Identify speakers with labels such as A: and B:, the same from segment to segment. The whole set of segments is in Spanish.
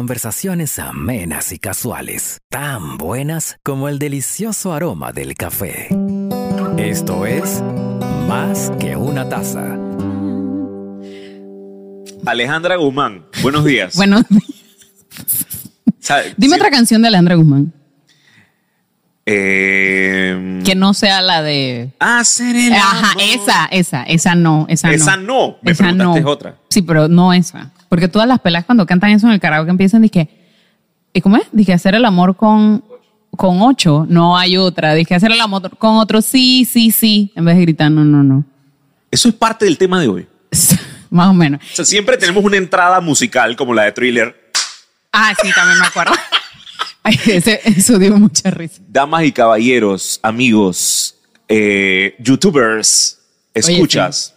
A: Conversaciones amenas y casuales, tan buenas como el delicioso aroma del café. Esto es Más que una taza.
B: Alejandra Guzmán, buenos días.
C: Bueno,
B: ¿Sabe?
C: dime
B: Sí.
C: otra canción de Alejandra Guzmán.
B: Eh,
C: Que no sea la de. Eh,
B: hacer el
C: Ajá,
B: amor.
C: esa, esa, esa no, esa,
B: Esa
C: no.
B: no. Me
C: Esa
B: preguntaste
C: no.
B: otra.
C: Sí, pero no esa. Porque todas las pelas cuando cantan eso en el karaoke empiezan, dije. ¿Y cómo es? Dije hacer el amor con. Con ocho, no hay otra. Dije hacer el amor con otro, sí, sí, sí. En vez de gritar, no, no, no.
B: Eso es parte del tema de hoy.
C: Más o menos.
B: O sea, siempre tenemos una entrada musical como la de Thriller.
C: Ah, sí, también me acuerdo. Ay, ese- eso dio mucha risa.
B: Damas y caballeros, amigos, eh, youtubers, escuchas.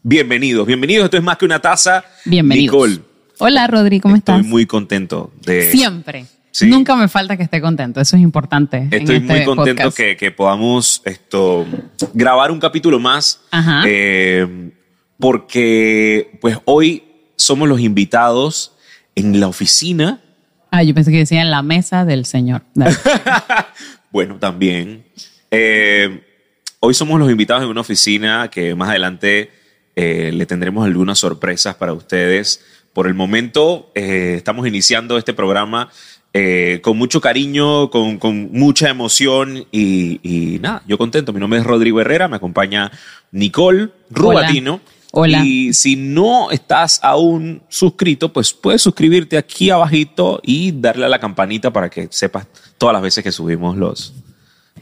B: Bienvenidos, bienvenidos. Esto es más que una taza.
C: Bienvenidos.
B: Nicole,
C: Hola, Rodri, ¿cómo
B: estoy
C: estás?
B: muy contento de.
C: Siempre.
B: Eh, Sí.
C: Nunca me falta que esté contento. Eso es importante. en
B: Estoy
C: este
B: muy contento
C: podcast.
B: que, que podamos esto, grabar un capítulo más.
C: Ajá.
B: eh, porque pues hoy somos los invitados en la oficina.
C: Ah, yo pensé que decía en la mesa del señor. Dale.
B: Bueno, también. eh, hoy somos los invitados en una oficina que más adelante eh, le tendremos algunas sorpresas para ustedes. Por el momento eh, estamos iniciando este programa eh, con mucho cariño, con, con mucha emoción y, y nada, yo contento. Mi nombre es Rodrigo Herrera, me acompaña Nicole Rubatino.
C: Hola.
B: Y si no estás aún suscrito, pues puedes suscribirte aquí abajito y darle a la campanita para que sepas todas las veces que subimos los,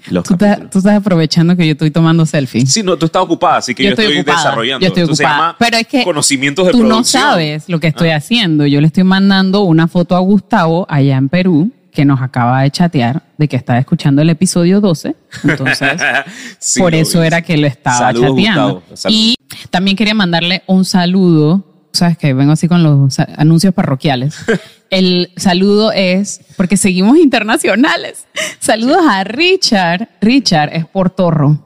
B: los
C: tú, estás,
B: capítulos.
C: tú estás aprovechando que yo estoy tomando selfie.
B: Sí, no, tú estás ocupada, así que yo, estoy,
C: ocupada,
B: desarrollando.
C: Yo estoy
B: Esto se
C: ocupada.
B: llama
C: Pero es que
B: conocimientos de
C: tú no
B: producción. Ah.
C: sabes lo que estoy haciendo. Yo le estoy mandando una foto a Gustavo allá en Perú que nos acaba de chatear de que estaba escuchando el episodio 12. Entonces,
B: Sí,
C: por
B: lo
C: eso
B: vi.
C: era que lo estaba
B: Saludos,
C: chateando.
B: Gustavo. Saludos.
C: Y también quería mandarle un saludo. Sabes que vengo así con los sa- anuncios parroquiales. El saludo es, porque seguimos internacionales. Saludos a Richard. Richard es portorro.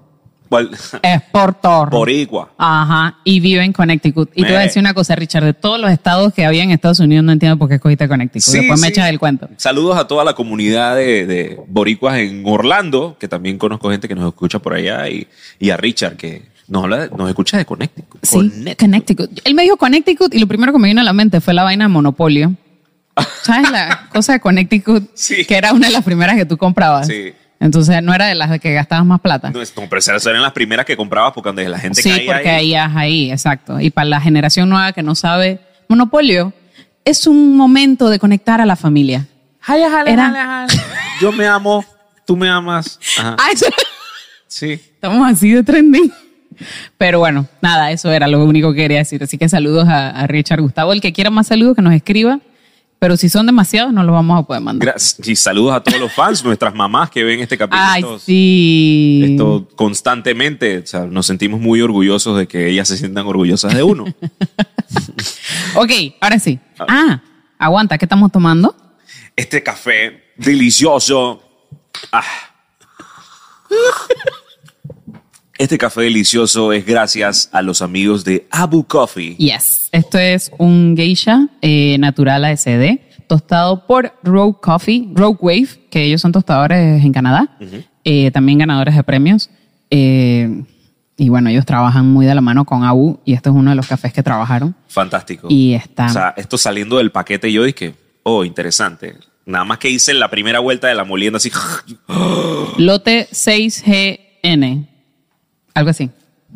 B: Cual-
C: Es portorro.
B: Boricua.
C: Ajá, y vive en Connecticut. Y te voy a
B: Meh.
C: decir una cosa, Richard, de todos los estados que había en Estados Unidos, no entiendo por qué escogiste Connecticut.
B: Sí,
C: Después me
B: sí.
C: echas el cuento.
B: Saludos a toda la comunidad de, de boricuas en Orlando, que también conozco gente que nos escucha por allá, y, y a Richard, que nos, habla de- nos escucha de Connecticut.
C: Sí, Connecticut. Él me dijo Connecticut y lo primero que me vino a la mente fue la vaina de Monopolio. ¿Sabes la cosa de Connecticut?
B: Sí.
C: Que era una de las primeras que tú comprabas.
B: Sí.
C: Entonces no era de las que gastabas más plata.
B: No, es- no, pero esas eran las primeras que comprabas porque donde la gente
C: sí,
B: caía
C: porque
B: ahí-
C: ahí es ahí, exacto. Y para la generación nueva que no sabe, Monopolio es un momento de conectar a la familia. Era-
B: Yo me amo, tú me amas. Ajá,
C: Ah, eso-
B: sí.
C: Estamos así de trending. Pero bueno, nada, eso era lo único que quería decir. Así que saludos a, a Richard Gustavo. El que quiera más saludos, que nos escriba. Pero si son demasiados, no los vamos a poder mandar.
B: Gracias. Y saludos a todos los fans, nuestras mamás que ven este capítulo.
C: Ay,
B: Estos-
C: sí.
B: Esto constantemente, o sea, nos sentimos muy orgullosos de que ellas se sientan orgullosas de uno.
C: Ok, ahora sí. Ah, aguanta, ¿qué estamos tomando?
B: este café delicioso. Ah. Este café delicioso es gracias a los amigos de Abu Coffee.
C: Yes. Esto es un geisha eh, natural ASD, tostado por Rogue Coffee, Rogue Wave, que ellos son tostadores en Canadá, eh, también ganadores de premios. Eh, y bueno, ellos trabajan muy de la mano con AU y este es uno de los cafés que trabajaron.
B: Fantástico.
C: Y está.
B: O sea, esto saliendo del paquete, yo dije, oh, interesante. Nada más que hice la primera vuelta de la molienda así.
C: Lote 6GN. Algo así.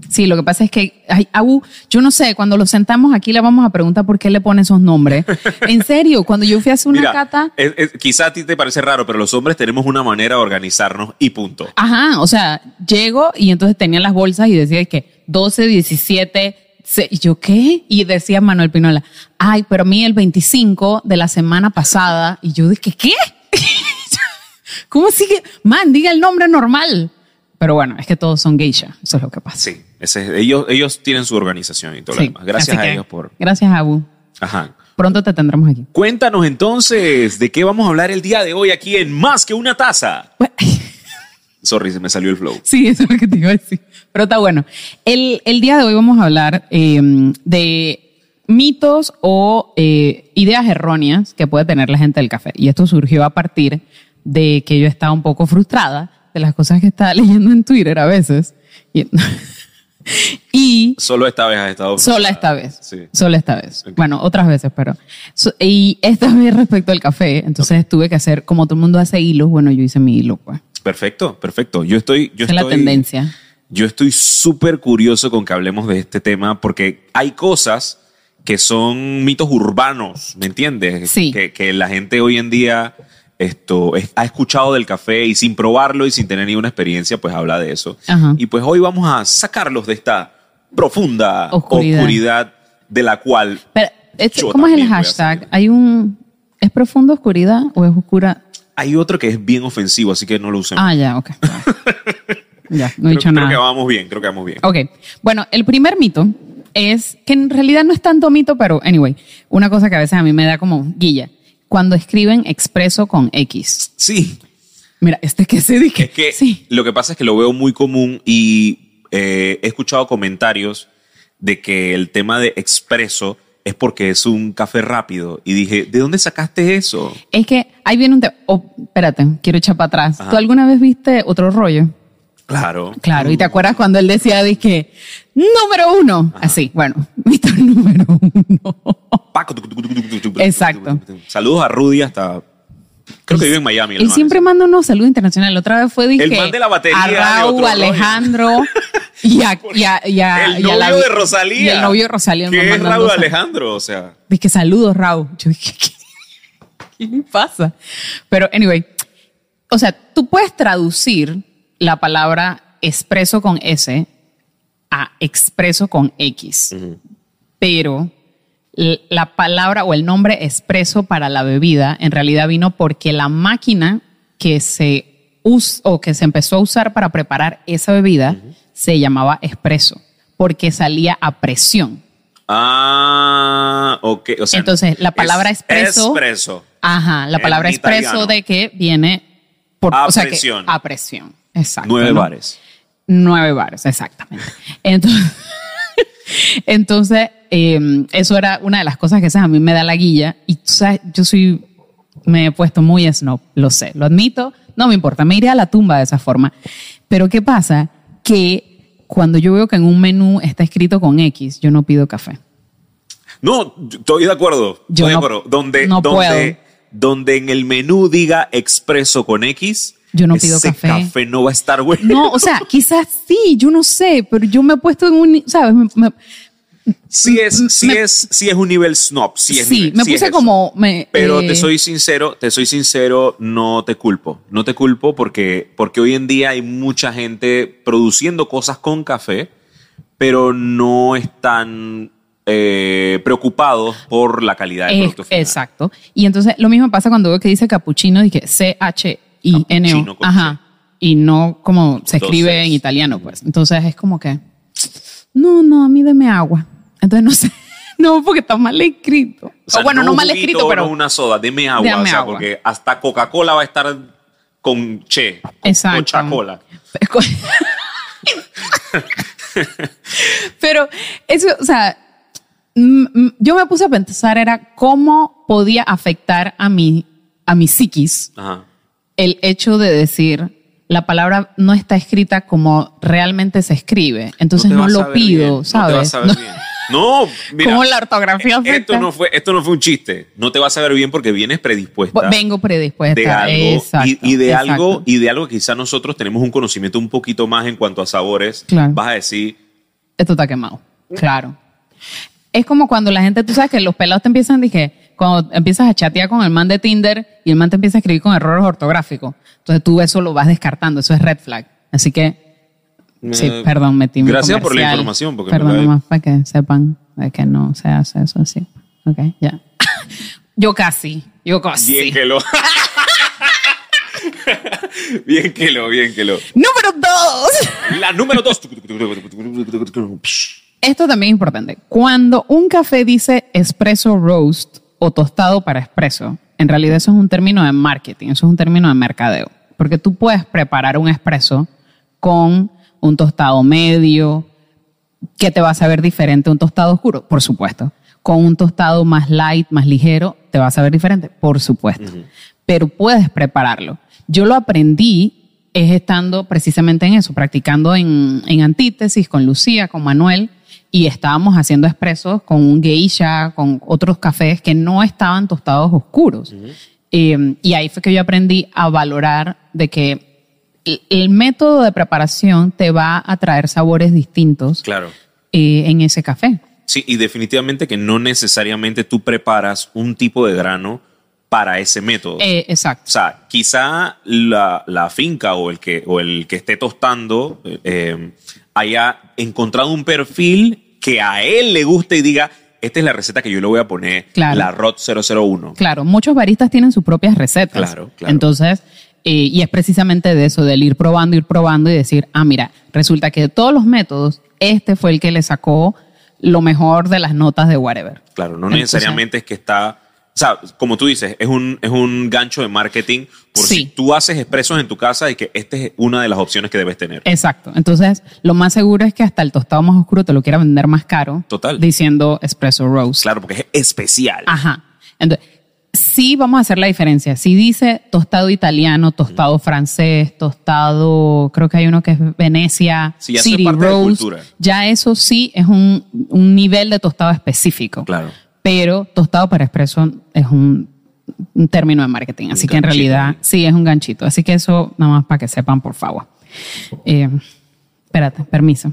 C: Sí, lo que pasa es que, ay, Abu, yo no sé, cuando lo sentamos aquí le vamos a preguntar por qué le pone esos nombres. En serio, cuando yo fui a hacer una
B: Mira,
C: cata.
B: es- es- quizá a ti te parece raro, pero los hombres tenemos una manera de organizarnos y punto.
C: Ah. Ajá, o sea, llego y entonces tenía las bolsas y decía que 12, 17, se- y yo qué? Y decía Manuel Pinola, ay, pero a mí el 25 de la semana pasada, y yo dije, ¿qué? ¿Cómo sigue? Man, diga el nombre normal. Pero bueno, es que todos son geisha, eso es lo que pasa.
B: Sí, ese- ellos, ellos tienen su organización y todo lo
C: Sí,
B: demás. Gracias
C: así
B: a
C: que,
B: ellos por.
C: Gracias, Abu.
B: Ajá.
C: Pronto te tendremos aquí.
B: Cuéntanos entonces de qué vamos a hablar el día de hoy aquí en Más que una taza.
C: Bueno,
B: Sorry, se me salió el flow.
C: Sí, eso es lo que te iba a decir. Pero está bueno. El, el día em, de hoy vamos a hablar eh, de mitos o eh, ideas erróneas que puede tener la gente del café. Y esto surgió a partir de que yo estaba un poco frustrada de las cosas que estaba leyendo en Twitter a veces. Y, y
B: Solo esta vez has estado.
C: sola esta vez.
B: Sí.
C: Sola esta vez.
B: Ok.
C: Bueno, otras veces, pero. so- y esta vez respecto al café, entonces tuve que hacer, como todo el mundo hace hilos, bueno, yo hice mi hilo, pues.
B: Perfecto, perfecto. Yo estoy. Yo
C: Esa es la
B: estoy-
C: tendencia.
B: Yo estoy súper curioso con que hablemos de este tema porque hay cosas que son mitos urbanos, ¿me entiendes?
C: Sí.
B: Que, que la gente hoy en día esto, es- ha escuchado del café y sin probarlo y sin tener ninguna experiencia, pues habla de eso.
C: Ajá.
B: Y pues hoy vamos a sacarlos de esta profunda
C: Oscuridad.
B: oscuridad, de la cual
C: Pero, este-
B: Yo
C: ¿cómo es el
B: también voy a
C: hashtag?
B: salir.
C: Hay un. ¿Es profunda oscuridad o es oscura?
B: hay otro que es bien ofensivo, así que no lo usemos.
C: Ah, ya, ok. ya,
B: creo,
C: no he dicho
B: creo
C: nada. Oh.
B: que vamos bien, creo que vamos bien.
C: Ok. Bueno, el primer mito es que en realidad no es tanto mito, pero anyway, una cosa que a veces a mí me da como guilla. Cuando escriben expreso con X.
B: Sí,
C: Mira, este que se dije.
B: Es que
C: sí.
B: lo que pasa es que lo veo muy común y eh, he escuchado comentarios de que el tema de expreso es porque es un café rápido. Y dije, ¿de dónde sacaste eso?
C: Es que ahí viene un tema. Oh, espérate, quiero echar para atrás.
B: Ajá.
C: ¿Tú alguna vez viste otro rollo?
B: Claro.
C: Claro, y te acuerdas cuando él decía, dije, número uno. Así, bueno, mito número uno.
B: Paco.
C: Exacto.
B: Saludos a Rudy hasta... Creo que vive en Miami. el
C: Él
B: man.
C: siempre manda unos saludos internacionales. La Otra vez fue, dije,
B: El man de la batería
C: a
B: de
C: Raúl,
B: otro
C: a Alejandro y a, y a- y a-
B: El
C: y
B: novio
C: a la-
B: de Rosalía.
C: Y el novio de Rosalía.
B: Que
C: me
B: es
C: mandan
B: Raúl
C: dos saludos.
B: Alejandro, o sea...
C: Dije, saludos, Raúl. Yo dije, ¿qué, qué le pasa? Pero, anyway, o sea, tú puedes traducir la palabra expreso con S a expreso con X, pero l- la palabra o el nombre expreso para la bebida en realidad vino porque la máquina que se us- o que se empezó a usar para preparar esa bebida se llamaba expreso porque salía a presión.
B: Ah, ok. o sea,
C: Entonces, la palabra
B: es-
C: expreso-
B: Expreso.
C: Ajá, la
B: En
C: palabra expreso
B: italiano.
C: de que viene por
B: A
C: o sea que-
B: presión.
C: a presión. Exacto.
B: Nueve
C: ¿no?
B: bares.
C: Nueve bares, exactamente. Entonces, entonces eh, eso era una de las cosas que esas a mí me da la guilla. Y tú sabes, yo soy, me he puesto muy snob, lo sé, lo admito, no me importa, me iré a la tumba de esa forma. Pero ¿qué pasa? Que cuando yo veo que en un menú está escrito con X, yo no pido café.
B: No, yo estoy de acuerdo. estoy
C: Yo
B: de
C: no-
B: acuerdo. Donde,
C: no
B: donde, donde en el menú diga expreso con X,
C: Yo no pido
B: ese
C: café.
B: no va a estar bueno.
C: No, o sea, quizás sí, yo no sé, pero yo me he puesto en un, ¿sabes? Me- me-
B: sí es, sí
C: me-
B: es, sí es un nivel snob. Sí, es
C: sí,
B: nivel-
C: me
B: sí es
C: puse
B: eso.
C: como... me,
B: Pero
C: eh,
B: te soy sincero, te soy sincero, no te culpo. No te culpo porque, porque hoy en día hay mucha gente produciendo cosas con café, pero no están eh, preocupados por la calidad del
C: eh,
B: producto final.
C: Exacto. Y entonces lo mismo pasa cuando veo que dice capuchino, dije C-H-I-N-O.
B: Cappuccino con
C: Ajá. Y no como se
B: Dos
C: escribe
B: Cs.
C: en italiano, pues. Entonces es como que, no, no, a mí deme agua. Entonces no sé, no, porque está mal escrito. O,
B: O sea,
C: bueno, no,
B: un
C: mal
B: juguito,
C: escrito, pero...
B: no una soda, deme agua.
C: Dame
B: o sea,
C: agua.
B: porque hasta Coca-Cola va a estar con che. Con,
C: Exacto.
B: Con chacola.
C: Pero eso, o sea, mm, mm, yo me puse a pensar era cómo podía afectar a mi, a mi psiquis
B: Ajá.
C: el hecho de decir la palabra no está escrita como realmente se escribe, entonces
B: te
C: no,
B: vas a
C: lo
B: ver
C: pido,
B: bien, No te vas
C: ¿sabes?
B: a ver
C: No.
B: bien. No, mira. e-, eh,
C: ¿Cómo la ortografía afecta?
B: esto no, fue, esto no fue un chiste. No te vas a ver bien porque vienes predispuesta.
C: Vengo predispuesta.
B: de algo
C: exacto,
B: y, y de
C: exacto.
B: algo y de algo que quizás nosotros tenemos un conocimiento un poquito más en cuanto a sabores
C: Claro.
B: vas a decir
C: esto está quemado.
B: Mm.
C: Claro. Es como cuando la gente, tú sabes que los pelados te empiezan, dije, cuando empiezas a chatear con el man de Tinder y el man te empieza a escribir con errores ortográficos. Entonces tú eso lo vas descartando, eso es red flag. Así que, sí,
B: eh,
C: perdón, metí mi
B: gracias por la
C: comercial.
B: información, porque
C: Perdón,
B: en verdad-
C: nomás para que sepan de que no se hace eso así. Ok, ya. yo casi, yo casi.
B: bien que lo bien que lo bien que lo
C: Número dos.
B: la número dos
C: Esto también es importante. Cuando un café dice espresso roast o tostado para espresso, en realidad eso es un término de marketing, eso es un término de mercadeo, porque tú puedes preparar un espresso con un tostado medio, que te va a saber diferente a un tostado oscuro, por supuesto. con un tostado más light, más ligero, te va a saber diferente, por supuesto. Pero puedes prepararlo. Yo lo aprendí es estando precisamente en eso, practicando en, en antítesis con Lucía, con Manuel, y estábamos haciendo expresos con un geisha, con otros cafés que no estaban tostados oscuros. Eh, y ahí fue que yo aprendí a valorar de que el, el método de preparación te va a traer sabores distintos
B: Claro.
C: eh, en ese café.
B: Sí, y definitivamente que no necesariamente tú preparas un tipo de grano para ese método.
C: Eh,
B: O
C: exacto.
B: sea, quizá la, la finca o el que, o el que esté tostando eh, haya encontrado un perfil que a él le guste y diga, esta es la receta que yo le voy a poner,
C: Claro.
B: la ROT 001.
C: Claro, muchos baristas tienen sus propias recetas.
B: Claro, claro.
C: Entonces, eh, y es precisamente de eso, del ir probando, ir probando y decir, ah, mira, resulta que de todos los métodos, este fue el que le sacó lo mejor de las notas de whatever.
B: Claro, no
C: Entonces-
B: necesariamente es que está... O sea, como tú dices, es un, es un gancho de marketing por si
C: Sí.
B: tú haces expresos en tu casa y que esta es una de las opciones que debes tener.
C: Exacto. Entonces, lo más seguro es que hasta el tostado más oscuro te lo quiera vender más caro.
B: Total.
C: Diciendo espresso roast.
B: Claro, porque es especial.
C: Ajá. Entonces, sí vamos a hacer la diferencia. Si dice tostado italiano, tostado francés, tostado, creo que hay uno que es Venecia,
B: Sí, ya eso es
C: City
B: parte de
C: Roast,
B: cultura.
C: ya eso sí es un, un nivel de tostado específico.
B: Claro.
C: Pero tostado para expreso es un, un término de marketing, así que en
B: ganchito.
C: realidad sí es un ganchito. Así que eso nada más para que sepan, por favor. Eh, espérate, permiso.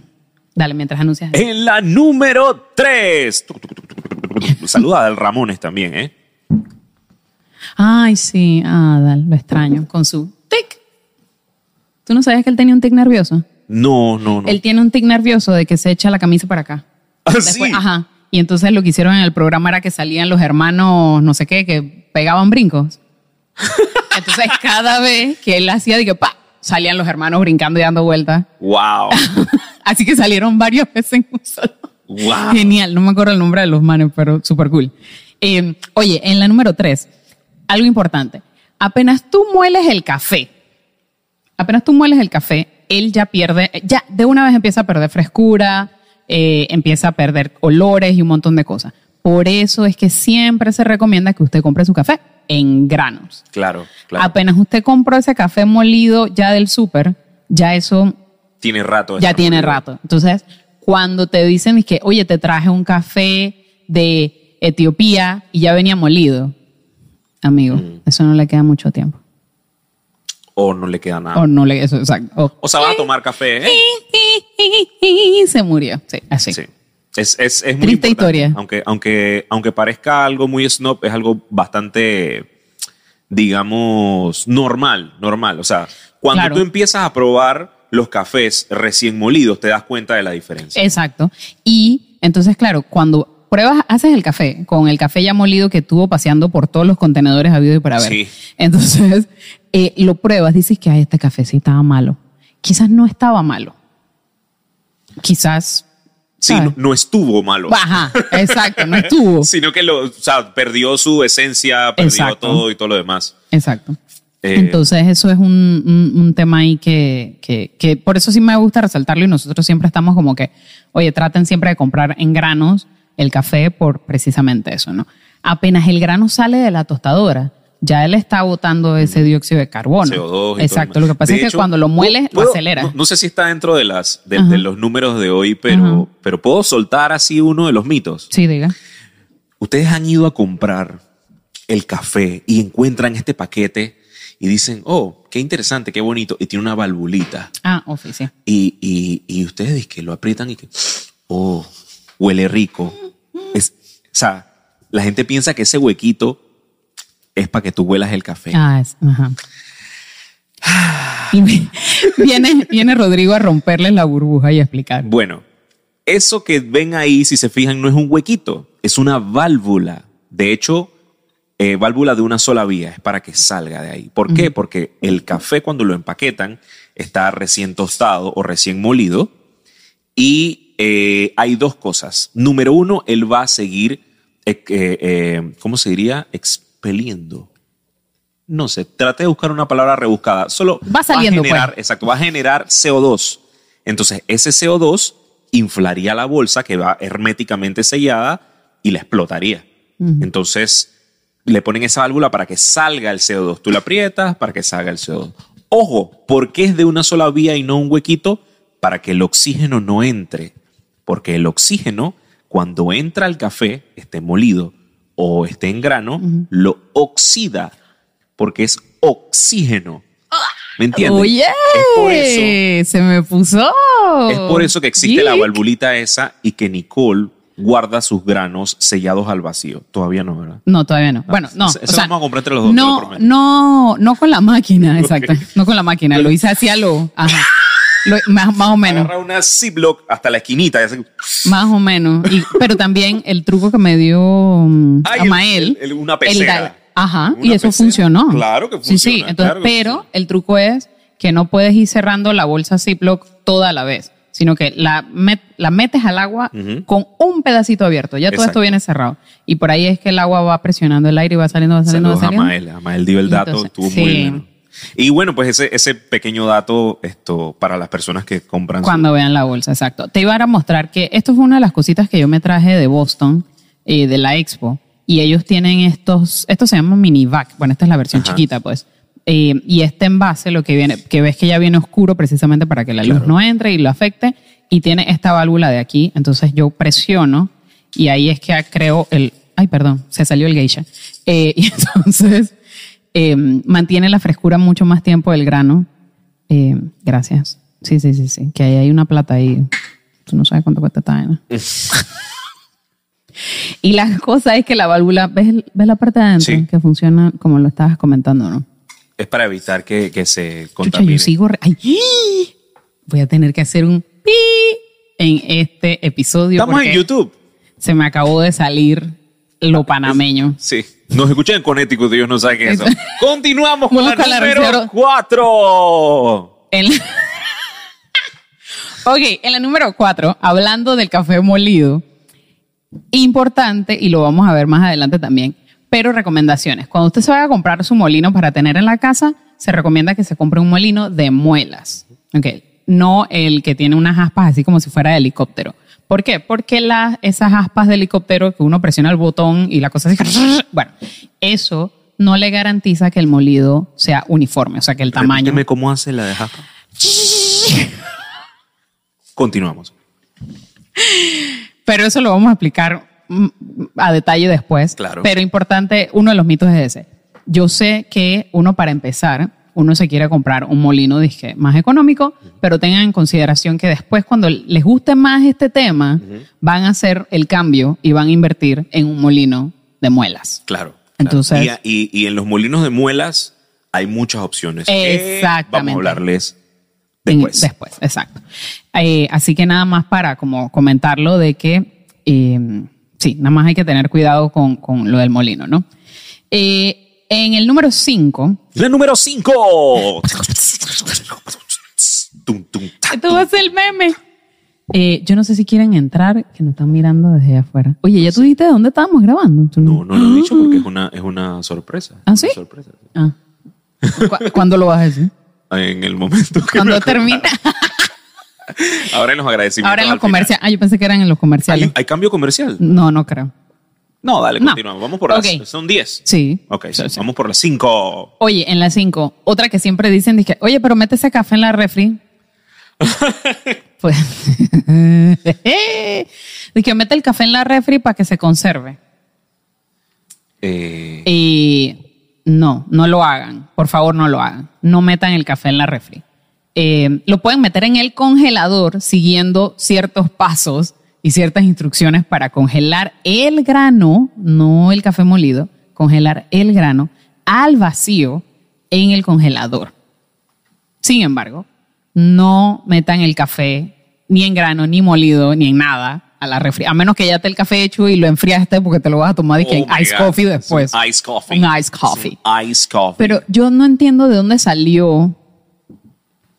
C: Dale, mientras anuncias.
B: En la número 3. Saluda al Ramones también, ¿eh?
C: Ay, sí, Adal, lo extraño, con su tic. ¿Tú no sabías que él tenía un tic nervioso?
B: No, no, no.
C: Él tiene un tic nervioso de que se echa la camisa para acá.
B: Ah,
C: Después-
B: sí.
C: Ajá. Y entonces lo que hicieron en el programa era que salían los hermanos, no sé qué, que pegaban brincos. Entonces cada vez que él hacía, digo, pa, salían los hermanos brincando y dando vueltas.
B: Wow.
C: Así que salieron varias veces en un solo.
B: Wow.
C: Genial, no me acuerdo el nombre de los manes, pero súper cool. Eh, oye, en la número tres, algo importante. Apenas tú mueles el café, apenas tú mueles el café, él ya pierde, ya de una vez empieza a perder frescura, eh, empieza a perder olores y un montón de cosas. Por eso es que siempre se recomienda que usted compre su café en granos.
B: Claro, claro.
C: Apenas usted compró ese café molido ya del súper, ya eso
B: tiene rato.
C: ya
B: esa
C: tiene
B: reunión.
C: rato. Entonces, cuando te dicen es que, oye, te traje un café de Etiopía y ya venía molido, amigo,
B: Mm.
C: eso no le queda mucho tiempo.
B: O no le queda nada.
C: O no le, eso, exacto. O,
B: Ah. O sea, va a tomar café, ¿eh?
C: se murió. Sí, así.
B: Sí. Es, es, es muy importante.
C: Triste historia.
B: Aunque, aunque, aunque parezca algo muy snob, es algo bastante, digamos, normal, normal. O sea, cuando
C: Claro.
B: tú empiezas a probar los cafés recién molidos, te das cuenta de la
C: Eh,
B: diferencia.
C: Exacto. Y entonces, claro, cuando pruebas, haces el café, con el café ya molido que tuvo paseando por todos los contenedores habido y para ver.
B: Sí.
C: Entonces, eh, lo pruebas, dices que "Ay, este café sí estaba malo. Quizás no estaba malo. Quizás.
B: sí,
C: ¿sabes?
B: no, no estuvo malo.
C: Ajá, exacto, no estuvo.
B: Sino que lo, o sea, perdió su esencia, perdió
C: Exacto.
B: todo y todo lo demás.
C: Exacto.
B: Eh,
C: Entonces, eso es un, un- un tema ahí que, que- que por eso sí me gusta resaltarlo y nosotros siempre estamos como que, oye, traten siempre de comprar en granos el café por precisamente eso, ¿no? Apenas el grano sale de la tostadora, ya él está botando ese dióxido de carbono.
B: CO2 y todo
C: Exacto.
B: lo
C: Lo
B: demás.
C: que pasa
B: De
C: es que
B: hecho,
C: cuando lo mueles, lo
B: puedo-
C: acelera.
B: No, no sé si está dentro de, las, de,
C: Ajá.
B: de los números de hoy, pero, pero puedo soltar así uno de los mitos.
C: Sí, diga.
B: Ustedes han ido a comprar el café y encuentran este paquete y dicen, oh, qué interesante, qué bonito, y tiene una valvulita.
C: Ah, oficio.
B: Y, y, y ustedes que lo aprietan y que, oh, huele rico. Es, o sea, la gente piensa que ese huequito es para que tú huelas el café.
C: Ah, es, ajá. Y vi- viene, viene Rodrigo a romperle la burbuja y a explicar.
B: Bueno, eso que ven ahí, si se fijan, no es un huequito, es una válvula. De hecho, eh, válvula de una sola vía, es para que salga de ahí. ¿Por qué? Porque el café cuando lo empaquetan está recién tostado o recién molido y eh, hay dos cosas. Número uno, él va a seguir, eh, eh, eh, ¿cómo se diría? Expeliendo. No sé, traté de buscar una palabra rebuscada. Solo
C: Va saliendo,
B: a generar,
C: pues.
B: exacto, va a generar CO2. Entonces, ese CO2 inflaría la bolsa que va herméticamente sellada y la explotaría.
C: Ujú.
B: Entonces, le ponen esa válvula para que salga el CO2. Tú la aprietas para que salga el CO2. Ojo, porque es de una sola vía y no un huequito, para que el oxígeno no entre. Porque el oxígeno, cuando entra al café, esté molido o esté en grano, lo oxida, porque es oxígeno. ¿Me entiendes?
C: Oye,
B: Es por eso
C: se me puso.
B: es por eso que existe la
C: Geek.
B: valvulita esa y que Nicole guarda sus granos sellados al vacío. Todavía no, ¿verdad?
C: No, todavía no. Bueno, no.
B: Ah, Eso
C: o sea,
B: vamos a comprar entre los dos, te lo
C: No,
B: prometo.
C: no, no con la máquina, exacto. No con la máquina. Lo hice así a lo. Ajá. Lo- más, más o menos.
B: Agarra una Ziploc hasta la esquinita. y hace-
C: Más o menos. Y- pero también el truco que me dio mm,
B: Ay,
C: Amael.
B: el- el- una
C: el
B: pecera.
C: da- ajá.
B: Una
C: y eso
B: pecera.
C: funcionó.
B: Claro que
C: Sí, sí.
B: funciona,
C: Entonces,
B: claro que
C: pero
B: funciona.
C: el truco es que no puedes ir cerrando la bolsa Ziploc toda la vez, sino que la, met- la metes al agua
B: Ujú.
C: con un pedacito abierto. Ya todo
B: Exacto.
C: esto viene cerrado. Y por ahí es que el agua va presionando el aire y va saliendo, va saliendo,
B: Saludos
C: va
B: a
C: saliendo.
B: Amael. Amael dio el dato.
C: Entonces,
B: estuvo
C: sí.
B: muy bien. Y bueno, pues ese, ese pequeño dato esto, para las personas que compran. su-
C: Cuando vean la bolsa, exacto. Te iba a mostrar que esto fue una de las cositas que yo me traje de Boston, eh, de la expo, y ellos tienen estos, esto se llama mini vac, bueno, esta es la versión
B: Ajá.
C: chiquita, pues. Eh, y este envase, lo que viene, que ves que ya viene oscuro precisamente para que la luz no entre y lo afecte, y tiene esta válvula de aquí, entonces yo presiono y ahí es que creo el, ay, perdón, se salió el geisha. Eh, y entonces eh, mantiene la frescura mucho más tiempo del grano. Eh, gracias. Sí, sí, sí, sí. Que ahí hay una plata ahí. Tú no sabes cuánto cuesta esta vaina. y la cosa es que la válvula, ¿ves, el- ves la parte de adentro?
B: Sí.
C: Que funciona como lo estabas comentando, ¿no?
B: Es para evitar que, que se
C: Chucha, yo
B: contamine.
C: sigo. re- Ay, voy a tener que hacer un pi en este episodio.
B: Estamos en
C: porque
B: YouTube.
C: Se me acabó de salir lo panameño.
B: Sí. Nos escuchan en Connecticut, Dios no sabe qué es eso. Continuamos con
C: Vamos
B: la
C: con la
B: número
C: tercera.
B: 4.
C: En la- ok, en la número cuatro, hablando del café molido, importante, y lo vamos a ver más adelante también, pero recomendaciones. Cuando usted se vaya a comprar su molino para tener en la casa, se recomienda que se compre un molino de muelas. Ok, no el que tiene unas aspas así como si fuera de helicóptero. ¿Por qué? Porque las esas aspas de helicóptero que uno presiona el botón y la cosa así, bueno, eso no le garantiza que el molido sea uniforme, o sea, que el tamaño...
B: Repíteme cómo hace la de japa. Continuamos.
C: Pero eso lo vamos a explicar mm, a detalle después.
B: Claro.
C: Pero importante, uno de los mitos es ese. Yo sé que uno para empezar, uno se quiere comprar un molino disque más económico, pero tengan en consideración que después cuando les guste más este tema, van a hacer el cambio y van a invertir en un molino de muelas.
B: Claro.
C: Entonces-
B: claro. Y, y- y en los molinos de muelas hay muchas opciones. que Vamos a
C: Exactamente.
B: hablarles
C: En-
B: después.
C: exacto. Eh, así que nada más para como comentarlo de que, eh, sí, nada más hay que tener cuidado con, con lo del molino, ¿no? Eh, en el número 5,
B: La número 5.
C: esto va a ser el meme. Eh, yo no sé si quieren entrar, que nos están mirando desde allá afuera. Oye, ¿ya tú dijiste de dónde estábamos grabando? Tú
B: No, no lo he dicho porque es una, es una sorpresa.
C: ¿Ah, sí?
B: Una sorpresa.
C: Ah. ¿Cu- ¿Cuándo lo vas a decir?
B: En el momento que
C: Cuando
B: me-
C: termina.
B: Ahora en los agradecimientos.
C: Ahora en los
B: al final.
C: comerciales. Ah, yo pensé que eran en los comerciales.
B: ¿Hay, hay cambio comercial?
C: No, no creo.
B: No, dale,
C: No.
B: continuamos. Vamos por
C: Ok.
B: las. Son 10.
C: Sí.
B: Ok,
C: Sí, sí.
B: vamos por las 5.
C: Oye, en la 5, otra que siempre dicen, dije, oye, pero mete ese café en la refri. pues, dije, mete el café en la refri para que se conserve.
B: Eh,
C: Y no, no lo hagan. Por favor, no lo hagan. No metan el café en la refri. Eh, lo pueden meter en el congelador siguiendo ciertos pasos y ciertas instrucciones para congelar el grano, no el café molido, congelar el grano al vacío en el congelador. Sin embargo, no metan el café ni en grano, ni molido, ni en nada a la refri. A menos que ya te el café hecho y lo enfriaste porque te lo vas a tomar y que
B: Oh my
C: ice
B: God.
C: coffee
B: Es
C: después.
B: un Ice coffee.
C: Un ice
B: Es
C: coffee.
B: un Ice coffee.
C: Pero yo no entiendo de dónde salió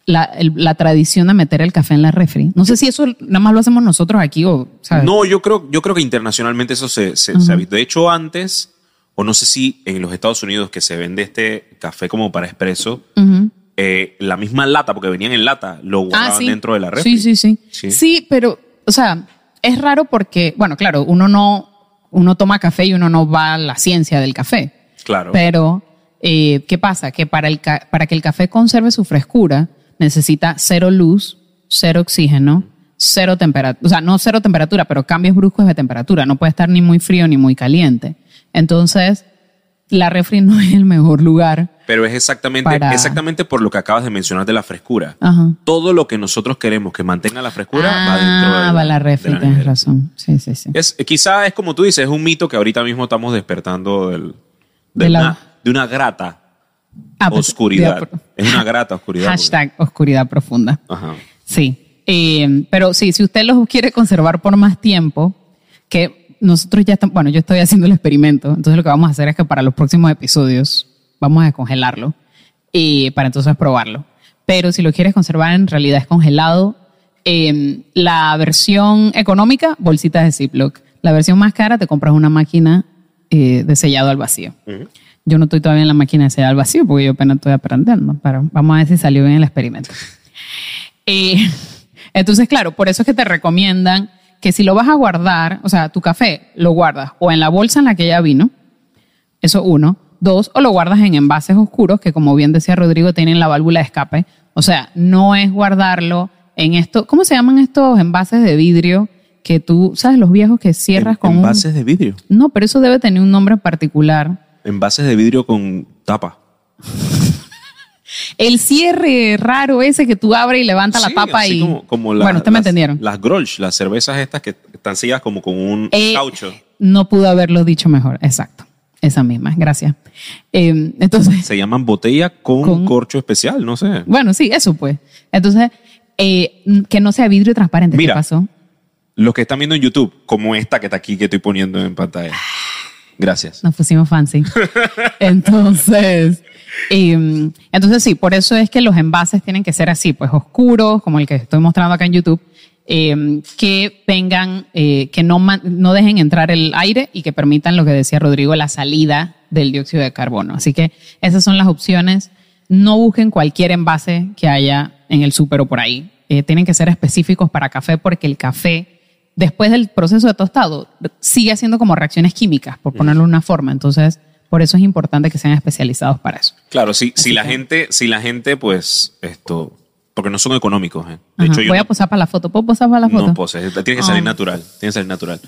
C: la, el- la tradición de meter el café en la refri. No sé si eso nada más lo hacemos nosotros aquí o, ¿sabes?
B: No, yo creo, yo creo que internacionalmente eso se, se, se ha visto. De hecho, antes, o no sé si en los Estados Unidos que se vende este café como para expreso,
C: Ujú.
B: eh, la misma lata, porque venían en lata, lo guardaban dentro de la red.
C: Ah, Sí, sí, sí,
B: Sí.
C: sí. pero, o sea, es raro porque, bueno, claro, uno no uno toma café y uno no va a la ciencia del café.
B: Claro.
C: Pero, eh, ¿qué pasa? Que para, el ca- para que el café conserve su frescura, necesita cero luz, cero oxígeno, cero temperatura, o sea, no cero temperatura, pero cambios bruscos de temperatura. No puede estar ni muy frío ni muy caliente. Entonces, la refri no es el mejor lugar.
B: Pero es exactamente,
C: Para- Ah.
B: exactamente por lo que acabas de mencionar de la frescura.
C: Ajá.
B: Todo lo que nosotros queremos que mantenga la frescura
C: ah,
B: va dentro de
C: va la refri,
B: de la
C: tienes
B: nevera.
C: razón. Sí, sí, sí.
B: Es, eh, quizá es como tú dices, es un mito que ahorita mismo estamos despertando del, de,
C: De la-
B: una, de una grata
C: Ah, pues,
B: oscuridad.
C: de-
B: es una grata oscuridad.
C: Hashtag oscuridad profunda.
B: porque- Ajá.
C: Sí. Eh, pero sí, si usted los quiere conservar por más tiempo, que nosotros ya estamos, bueno, yo estoy haciendo el experimento, entonces lo que vamos a hacer es que para los próximos episodios vamos a descongelarlo y para entonces probarlo. Pero si lo quieres conservar en realidad es congelado. Eh, la versión económica, bolsitas de Ziploc. La versión más cara, te compras una máquina eh, de sellado al vacío. Yo no estoy todavía en la máquina de sellar al vacío porque yo apenas estoy aprendiendo, pero vamos a ver si salió bien el experimento. Eh, entonces, claro, por eso es que te recomiendan que si lo vas a guardar, o sea, tu café lo guardas o en la bolsa en la que ya vino, eso uno. Dos, o lo guardas en envases oscuros que, como bien decía Rodrigo, tienen la válvula de escape. O sea, no es guardarlo en esto. ¿Cómo se llaman estos envases de vidrio que tú, sabes, los viejos que cierras
B: En-
C: con un-
B: envases de vidrio.
C: No, pero eso debe tener un nombre particular.
B: Envases de vidrio con tapa.
C: El cierre raro ese que tú abres y levanta la
B: Sí,
C: tapa
B: así
C: y.
B: Como, como la-
C: bueno, ustedes me
B: las-
C: entendieron.
B: Las grolsch, las cervezas estas que están selladas como con un
C: Eh,
B: caucho.
C: No pudo haberlo dicho mejor. Exacto. Esa misma. Gracias. Eh, entonces,
B: Se llaman botella con,
C: Con-
B: corcho especial, no sé.
C: bueno, sí, eso pues. Entonces, eh, que no sea vidrio transparente.
B: Mira.
C: ¿Qué pasó?
B: Los que están viendo en YouTube, como esta que está aquí que estoy poniendo en pantalla. Gracias.
C: Nos pusimos fancy. Entonces, eh, entonces sí, por eso es que los envases tienen que ser así, pues oscuros, como el que estoy mostrando acá en YouTube, eh, que vengan, eh, que no, man- no dejen entrar el aire y que permitan lo que decía Rodrigo, la salida del dióxido de carbono. Así que esas son las opciones. No busquen cualquier envase que haya en el súper o por ahí. Eh, tienen que ser específicos para café porque el café después del proceso de tostado, sigue haciendo como reacciones químicas, por ponerlo de una forma. Entonces, por eso es importante que sean especializados para eso.
B: Claro, si, si
C: Así
B: la
C: que-
B: gente, si la gente, pues, esto, porque no son económicos, ¿eh? De
C: Ajá.
B: hecho, yo
C: Voy
B: no-
C: a posar para la foto. ¿Puedo posar para la foto?
B: No poses, tiene que salir
C: Ah.
B: natural, tiene que salir natural.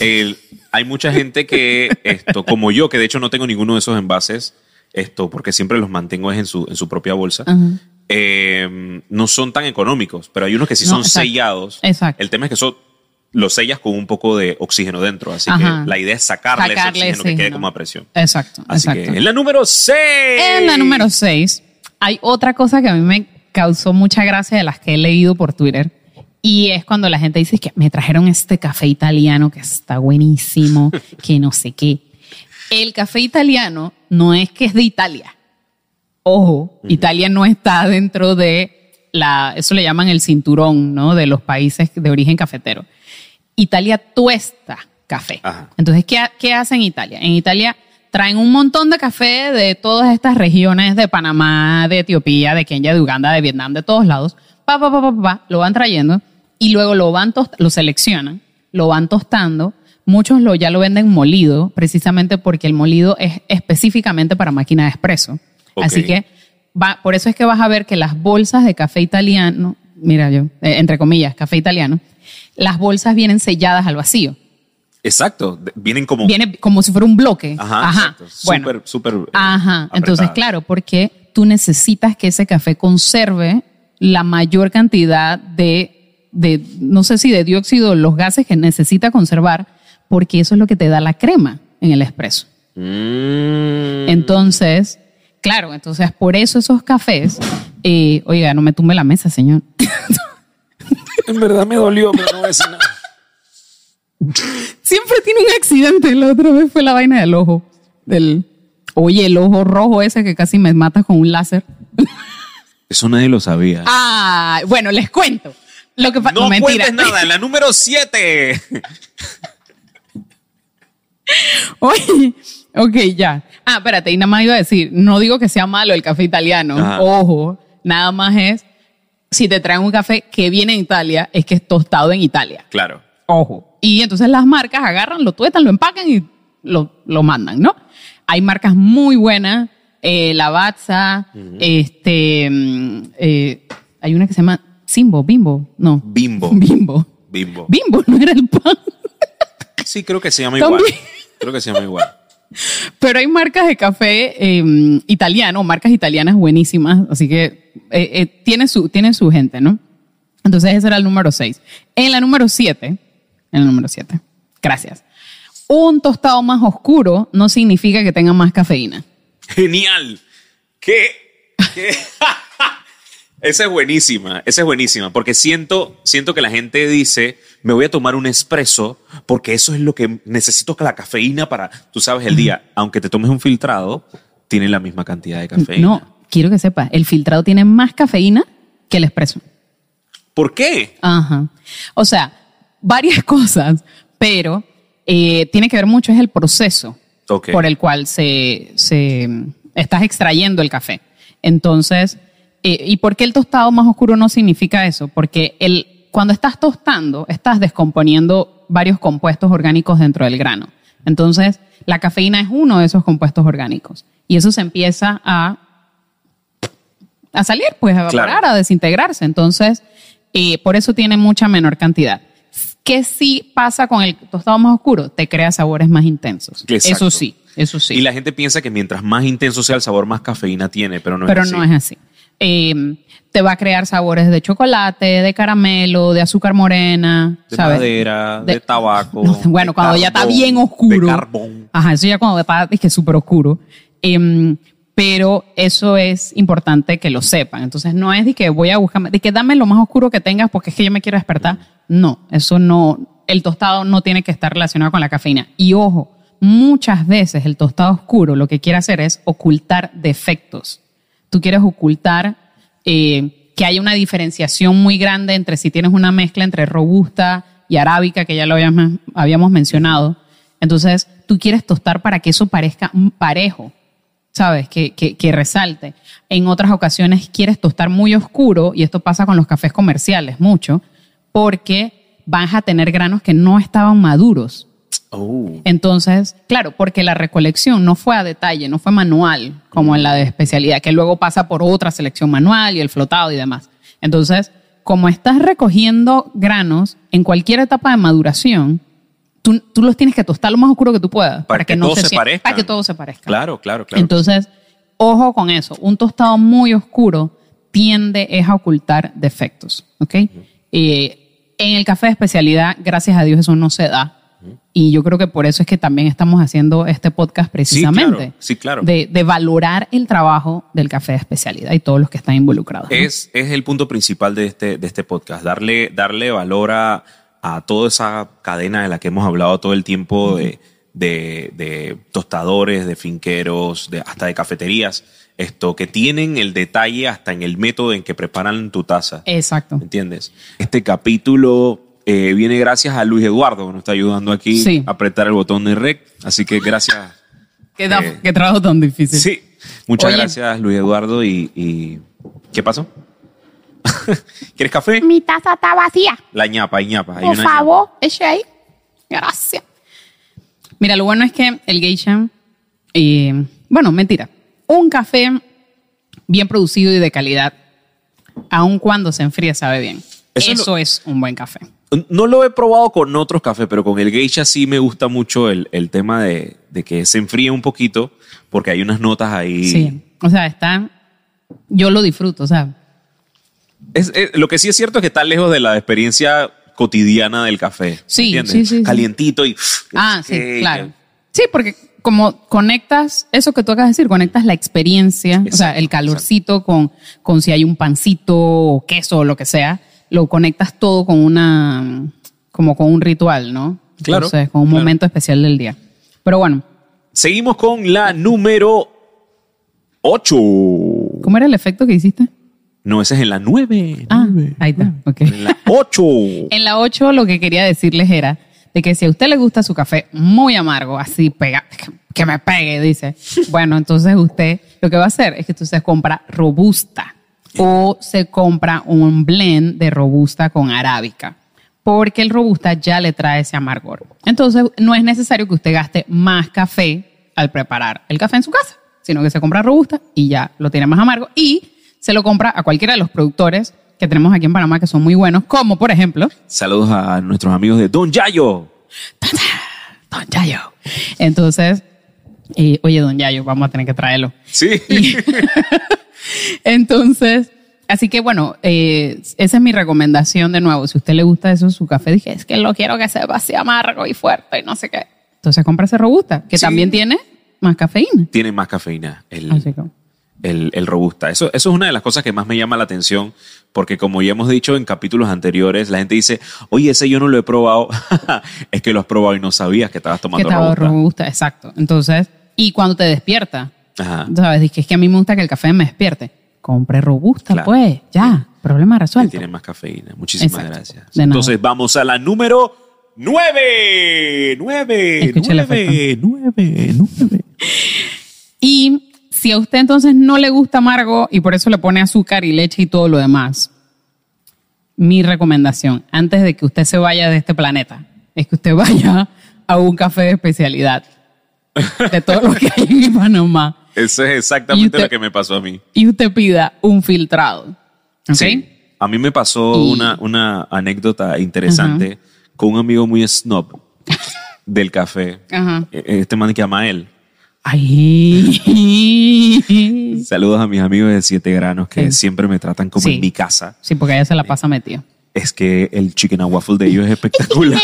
B: El- hay mucha gente que, esto, como yo, que de hecho no tengo ninguno de esos envases, esto, porque siempre los mantengo es en su, en su propia bolsa,
C: Ajá.
B: eh, no son tan económicos, pero hay unos que sí
C: No,
B: son
C: exacto.
B: sellados.
C: Exacto.
B: El tema es que son los sellas con un poco de oxígeno dentro, así
C: Ajá.
B: que la idea es sacarle, ese
C: Sacarle
B: oxígeno que quede
C: oxígeno.
B: como a presión.
C: Exacto,
B: Así
C: exacto.
B: que en la número 6.
C: En la número 6, hay otra cosa que a mí me causó mucha gracia de las que he leído por Twitter. Y es cuando la gente dice que me trajeron este café italiano que está buenísimo, que no sé qué. El café italiano no es que es de Italia. Ojo, Italia no está dentro de la, eso le llaman el cinturón, ¿no? De los países de origen cafetero. Italia tuesta café.
B: Ajá.
C: Entonces, ¿qué, ha- ¿qué hace en Italia? En Italia traen un montón de café de todas estas regiones, de Panamá, de Etiopía, de Kenia, de Uganda, de Vietnam, de todos lados. Pa, pa, pa, pa, pa, lo van trayendo y luego lo van tost- lo seleccionan, lo van tostando. Muchos lo, ya lo venden molido, precisamente porque el molido es específicamente para máquina de espresso.
B: Ok.
C: Así que va, por eso es que vas a ver que las bolsas de café italiano, mira yo, eh, entre comillas, café italiano, las bolsas vienen selladas al vacío.
B: Exacto, de- vienen como...
C: Viene como si fuera un bloque.
B: Ajá, exacto,
C: Bueno,
B: súper, súper, eh,
C: ajá. Entonces,
B: apretadas.
C: claro, porque tú necesitas que ese café conserve la mayor cantidad de, de, no sé si de dióxido, los gases que necesita conservar, porque eso es lo que te da la crema en el expreso.
B: Mm.
C: Entonces, claro, entonces por eso esos cafés, eh, oiga, no me tumbe la mesa, señor.
B: En verdad me dolió, pero no voy a decir nada.
C: Siempre tiene un accidente. La otra vez fue la vaina del ojo. Del, oye, el ojo rojo ese que casi me mata con un láser.
B: Eso nadie lo sabía.
C: Ah, bueno, les cuento. Lo que pa-
B: no
C: mentira.
B: cuentes nada, en la número 7.
C: Oye, ok, ya. Ah, espérate, y nada más iba a decir, no digo que sea malo el café italiano,
B: Ajá.
C: ojo, nada más es, si te traen un café que viene de Italia, es que es tostado en Italia.
B: Claro.
C: Ojo. Y entonces las marcas agarran, lo tuetan, lo empacan y lo, lo mandan, ¿no? Hay marcas muy buenas, eh, Lavazza, este, mm, eh, hay una que se llama Simbo, Bimbo, no.
B: Bimbo.
C: Bimbo.
B: Bimbo.
C: Bimbo, no era el pan.
B: Sí, creo que se llama
C: También.
B: igual. Creo que se llama igual.
C: Pero hay marcas de café eh, italiano, marcas italianas buenísimas, así que eh, eh, tiene, su, tiene su gente, ¿no? Entonces ese era el número 6. En la número 7, en el número 7, gracias. Un tostado más oscuro no significa que tenga más cafeína.
B: Genial. ¿Qué? ¿Qué? Esa es buenísima, esa es buenísima, porque siento, siento que la gente dice, me voy a tomar un espresso porque eso es lo que necesito la cafeína para, tú sabes, el día. Aunque te tomes un filtrado, tiene la misma cantidad de cafeína.
C: No, quiero que sepas, el filtrado tiene más cafeína que el expreso.
B: ¿Por qué?
C: Ajá. O sea, varias cosas, pero eh, tiene que ver mucho es el proceso
B: Ok.
C: por el cual se, se estás extrayendo el café. Entonces, eh, ¿y por qué el tostado más oscuro no significa eso? Porque el, cuando estás tostando, estás descomponiendo varios compuestos orgánicos dentro del grano. Entonces, la cafeína es uno de esos compuestos orgánicos. Y eso se empieza a a salir, pues a evaporar,
B: Claro.
C: a desintegrarse. Entonces, eh, por eso tiene mucha menor cantidad. ¿Qué sí pasa con el tostado más oscuro? Te crea sabores más intensos.
B: Exacto.
C: Eso sí, eso sí.
B: Y la gente piensa que mientras más intenso sea el sabor, más cafeína tiene, pero no
C: Pero
B: es así.
C: no es así. Eh, te va a crear sabores de chocolate, de caramelo, de azúcar morena,
B: De
C: ¿sabes?
B: madera, de,
C: De-
B: tabaco.
C: No, bueno,
B: de
C: cuando ya está
B: carbón,
C: bien
B: De
C: oscuro.
B: carbón.
C: Ajá, eso ya cuando está, es que súper oscuro. Em, pero eso es importante que lo sepan. Entonces no es de que voy a buscar, de que dame lo más oscuro que tengas porque es que yo me quiero despertar. No, eso no, el tostado no tiene que estar relacionado con la cafeína. Y ojo, muchas veces el tostado oscuro lo que quiere hacer es ocultar defectos. Tú quieres ocultar eh, que hay una diferenciación muy grande entre si tienes una mezcla entre robusta y arábica, que ya lo habíamos, habíamos mencionado. Entonces, tú quieres tostar para que eso parezca un parejo, ¿sabes? Que, que- que resalte. En otras ocasiones quieres tostar muy oscuro, y esto pasa con los cafés comerciales mucho, porque vas a tener granos que no estaban maduros.
B: Oh.
C: Entonces, claro, porque la recolección no fue a detalle, no fue manual, como en la de especialidad, que luego pasa por otra selección manual y el flotado y demás. Entonces, como estás recogiendo granos en cualquier etapa de maduración, tú, tú los tienes que tostar lo más oscuro que tú puedas.
B: Para que todos se
C: sienta-
B: parezcan.
C: Para que todo se parezca.
B: Claro, claro, claro.
C: Entonces, ojo con eso. Un tostado muy oscuro tiende es a ocultar defectos, ¿ok? Eh, en el café de especialidad, gracias a Dios, eso no se da. Y yo creo que por eso es que también estamos haciendo este podcast precisamente.
B: sí, claro.
C: De, de valorar el trabajo del café de especialidad y todos los que están involucrados. ¿no?
B: es, es el punto principal de este, de este podcast, darle, darle valor a, a toda esa cadena de la que hemos hablado todo el tiempo, de, de- de tostadores, de finqueros, de- hasta de cafeterías, esto que tienen el detalle hasta en el método en que preparan tu taza.
C: Exacto.
B: ¿Me entiendes? Este capítulo eh, viene gracias a Luis Eduardo, que nos está ayudando aquí
C: Sí.
B: a apretar el botón de rec. Así que gracias.
C: Qué, da-
B: eh,
C: qué trabajo tan difícil.
B: Sí. Muchas
C: Oye.
B: gracias, Luis Eduardo. Y, y- ¿Qué pasó? ¿Quieres café?
D: Mi taza está vacía.
B: La ñapa, hay ñapa. hay
D: Por
B: una
D: favor, eche ahí.
C: Gracias. Mira, lo bueno es que el geisha, eh, bueno, mentira, un café bien producido y de calidad, aun cuando se enfríe, sabe bien.
B: Eso
C: Eso,
B: es lo-
C: es un buen café.
B: ñapa. No lo he probado con otros cafés, pero con el geisha sí me gusta mucho el, el tema de, de que se enfríe un poquito, porque hay unas notas ahí.
C: Sí. O sea, está, yo lo disfruto, o sea,
B: Es- es- lo que sí es cierto es que está lejos de la experiencia cotidiana del café.
C: Sí,
B: ¿entiendes?
C: sí, sí, sí.
B: Calientito y.
C: Ah, sí,
B: que-
C: claro. Sí, porque como conectas eso que tú acabas de decir, conectas la experiencia, o sea,
B: Exacto,
C: el calorcito con, con si hay un pancito o queso o lo que sea, lo conectas todo con una, como con un ritual, ¿no?
B: Claro,
C: Entonces, con un
B: claro.
C: momento especial del día. Pero bueno,
B: Seguimos con la número 8.
C: ¿cómo era el efecto que hiciste?
B: No, esa es en la 9.
C: Ah, ahí está, ok.
B: En la 8.
C: En la 8 lo que quería decirles era de que si a usted le gusta su café muy amargo, así pega, que me pegue, dice. Bueno, entonces usted lo que va a hacer es que usted se compra robusta o se compra un blend de robusta con arábica. porque el robusta ya le trae ese amargor. Entonces, no es necesario que usted gaste más café al preparar el café en su casa, sino que se compra robusta y ya lo tiene más amargo y se lo compra a cualquiera de los productores que tenemos aquí en Panamá que son muy buenos, como por ejemplo
B: Saludos a nuestros amigos de Don Yayo.
C: Don Yayo. Entonces, eh, oye, Don Yayo, vamos a tener que traerlo.
B: Sí.
C: Entonces, así que bueno, eh, esa es mi recomendación de nuevo. Si a usted le gusta eso, su café, dije, es que lo quiero que sepa así amargo y fuerte y no sé qué. Entonces cómprase Robusta, que
B: Sí.
C: también tiene más cafeína.
B: Tiene más cafeína el,
C: Así que,
B: el, el robusta. Eso, eso es una de las cosas que más me llama la atención, porque como ya hemos dicho en capítulos anteriores, la gente dice, oye, ese yo no lo he probado. es que lo has probado y no sabías que estabas
C: que
B: tomando
C: estaba
B: robusta.
C: robusta, exacto. Entonces, y cuando te despierta,
B: Ajá.
C: sabes, dije, es que a mí me gusta que el café me despierte. Compre Robusta,
B: Claro.
C: pues, ya, problema
B: Que
C: resuelto.
B: tiene más cafeína. Muchísimas
C: Exacto.
B: gracias.
C: De nada.
B: Entonces vamos a la número 9. 9.
C: Escuché el
B: 9. 9. 9.
C: Y si a usted entonces no le gusta amargo y por eso le pone azúcar y leche y todo lo demás, mi recomendación, antes de que usted se vaya de este planeta, es que usted vaya a un café de especialidad de todo lo que hay en Panamá
B: Eso es
C: Y
B: exactamente
C: usted-
B: lo que me pasó a mí.
C: y usted pida un filtrado. ¿Ok?
B: Sí. A mí me pasó
C: Y-
B: una, una anécdota interesante con un amigo muy snob del café.
C: Ajá.
B: E- Este man que ama él.
C: Ay.
B: Saludos a mis amigos de Siete Granos que
C: Sí.
B: siempre me tratan como
C: Sí.
B: en mi casa.
C: Sí, porque ella se la pasa metido.
B: Es que el chicken and waffle de ellos es espectacular.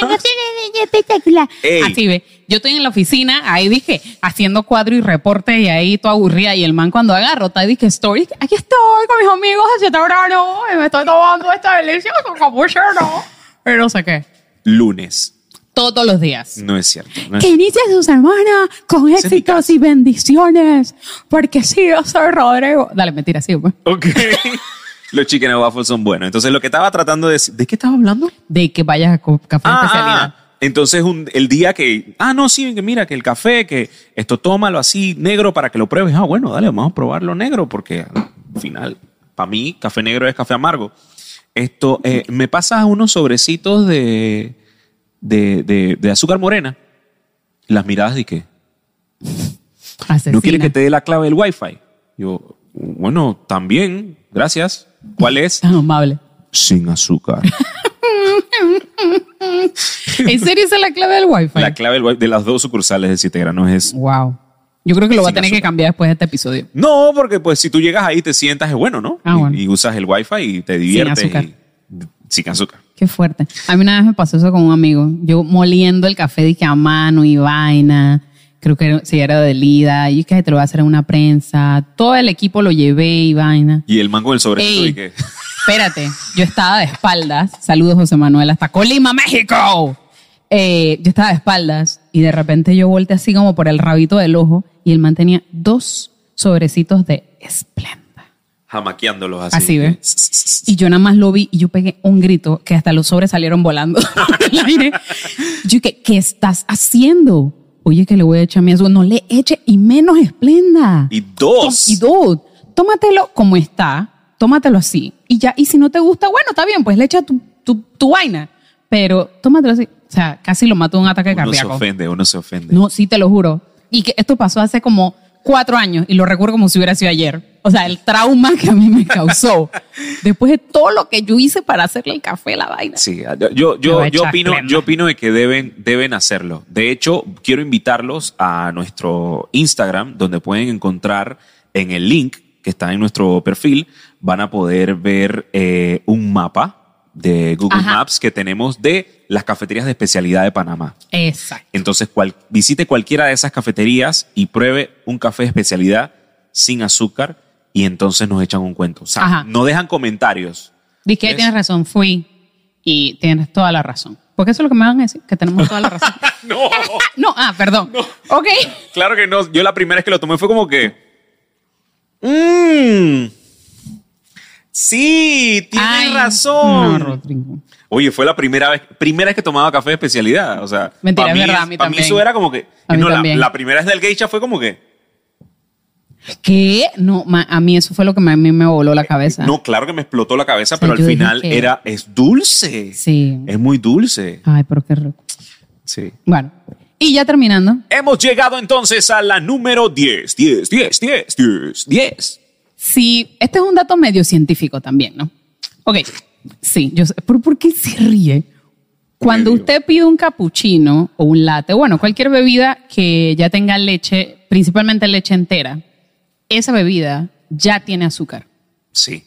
D: espectacular.
B: Ey,
C: Así ve. Yo estoy en la oficina, ahí dije, haciendo cuadro y reporte, y ahí tú aburrida. Y el man cuando agarro, está dije, story, aquí estoy con mis amigos de siete granos, y me estoy tomando esta delicioso capuchino. Pero sé qué.
B: lunes.
C: Todos los días.
B: No es cierto. no es-
D: Que inicie su semana con
B: Mm. es mi
D: éxitos y bendiciones.
C: Porque sí, yo soy Rodrigo. Dale, mentira, sí. pues.
B: Ok. Los chicken and waffles son buenos. Entonces lo que estaba tratando de decir... ¿De qué estaba hablando?
C: De que vayas a co- café de
B: Ah,
C: especialidad.
B: ah, entonces un- el día que... Ah, no, sí, que mira, que el café, que esto tómalo así negro para que lo pruebes. Ah, bueno, dale, vamos a probarlo negro porque al final, para mí, café negro es café amargo. Esto, eh, me pasas unos sobrecitos de, de, de- de azúcar morena. Las miradas de que...
C: Asesina.
B: ah. ¿No quieres que te dé la clave del wifi? Yo, bueno, también, gracias. ¿Cuál es?
C: Tan amable.
B: Sin azúcar.
C: ¿En serio esa es la clave del wifi?
B: La clave del wifi de las dos sucursales de Siete Granos es...
C: Wow. Yo creo que lo voy a
B: Sin
C: tener que
B: azúcar.
C: cambiar después de este episodio.
B: No, porque pues si tú llegas ahí te sientas es bueno, ¿no?
C: Ah,
B: Y-
C: bueno.
B: Y, usas el wifi y te diviertes.
C: azúcar.
B: y- sin azúcar.
C: Qué fuerte. A mí una vez me pasó eso con un amigo. Yo moliendo el café dije a mano y vaina. Creo que era- sí era de Lida. Y es que te lo voy a hacer en una prensa. Todo el equipo lo llevé y vaina.
B: Y el man con el sobrecito
C: Ey.
B: y que...
C: Espérate, yo estaba de espaldas. Saludos, José Manuel, hasta Colima, México. Eh, yo estaba de espaldas y de repente yo volteé así como por el rabito del ojo y el man tenía dos sobrecitos de esplenda.
B: Jamaqueándolos así. ¿eh?
C: Así, ¿ve?
B: ¿ves?
C: Y yo nada más lo vi y yo pegué un grito que hasta los sobres salieron volando en el aire. Yo que, ¿qué estás haciendo? Oye, que le voy a echar a mi azúcar. No le eche y menos esplenda.
B: Y dos.
C: Y dude, tómatelo como está, tómatelo así. Y ya, y si no te gusta, bueno, está bien, pues le echa tu, tu, tu vaina. Pero tómatelo así. O sea, casi lo mató un ataque
B: Uno se
C: cardíaco.
B: ofende, uno se ofende.
C: No, sí, te lo juro. Y que esto pasó hace como cuatro años y lo recuerdo como si hubiera sido ayer. O sea, el trauma que a mí me causó después de todo lo que yo hice para hacerle el café a la vaina.
B: Sí, ah, yo,
C: Lo
B: yo,
C: va a
B: yo
C: echar
B: opino,
C: crema.
B: yo opino de que deben, deben hacerlo. De hecho, quiero invitarlos a nuestro Instagram, donde pueden encontrar en el link que está en nuestro perfil, van a poder ver eh, un mapa de Google
C: Ajá.
B: Maps que tenemos de las cafeterías de especialidad de Panamá.
C: Exacto.
B: Entonces, cual- visite cualquiera de esas cafeterías y pruebe un café de especialidad sin azúcar y entonces nos echan un cuento. O sea,
C: Ajá.
B: no dejan comentarios.
C: Dije,
B: ¿Ves?
C: tienes razón, fui y tienes toda la razón. Porque eso es lo que me van a decir, que tenemos toda la razón.
B: No.
C: no, ah, perdón. Ok.
B: Claro que no. Yo la primera vez que lo tomé fue como que. Mmm. Sí, tienes
C: Ay,
B: razón.
C: No, Rodrigo.
B: Oye, fue la primera vez, primera vez que tomaba café de especialidad. O sea,
C: Mentira,
B: pa'
C: es
B: mí,
C: verdad, a mí
B: pa'
C: también.
B: eso era como que.
C: A mí
B: no, la,
C: también.
B: la primera vez del Geisha fue como que.
C: ¿Qué? No, ma- a mí eso fue lo que me- a mí me voló la cabeza.
B: Eh, No, claro que me explotó la cabeza,
C: O sea,
B: pero al
C: yo dije
B: final
C: que-
B: era, es dulce.
C: Sí.
B: Es muy dulce.
C: Ay, pero qué rico.
B: Sí.
C: Bueno, y ya terminando,
B: Hemos llegado entonces a la número 10, 10, 10, 10, 10, 10.
C: si este es un dato medio científico también, ¿no? Ok, sí, yo sé, pero ¿por qué se ríe? Cuando
B: Medio.
C: usted pide un capuchino o un latte, bueno, cualquier bebida que ya tenga leche, principalmente leche entera, esa bebida ya tiene azúcar.
B: Sí.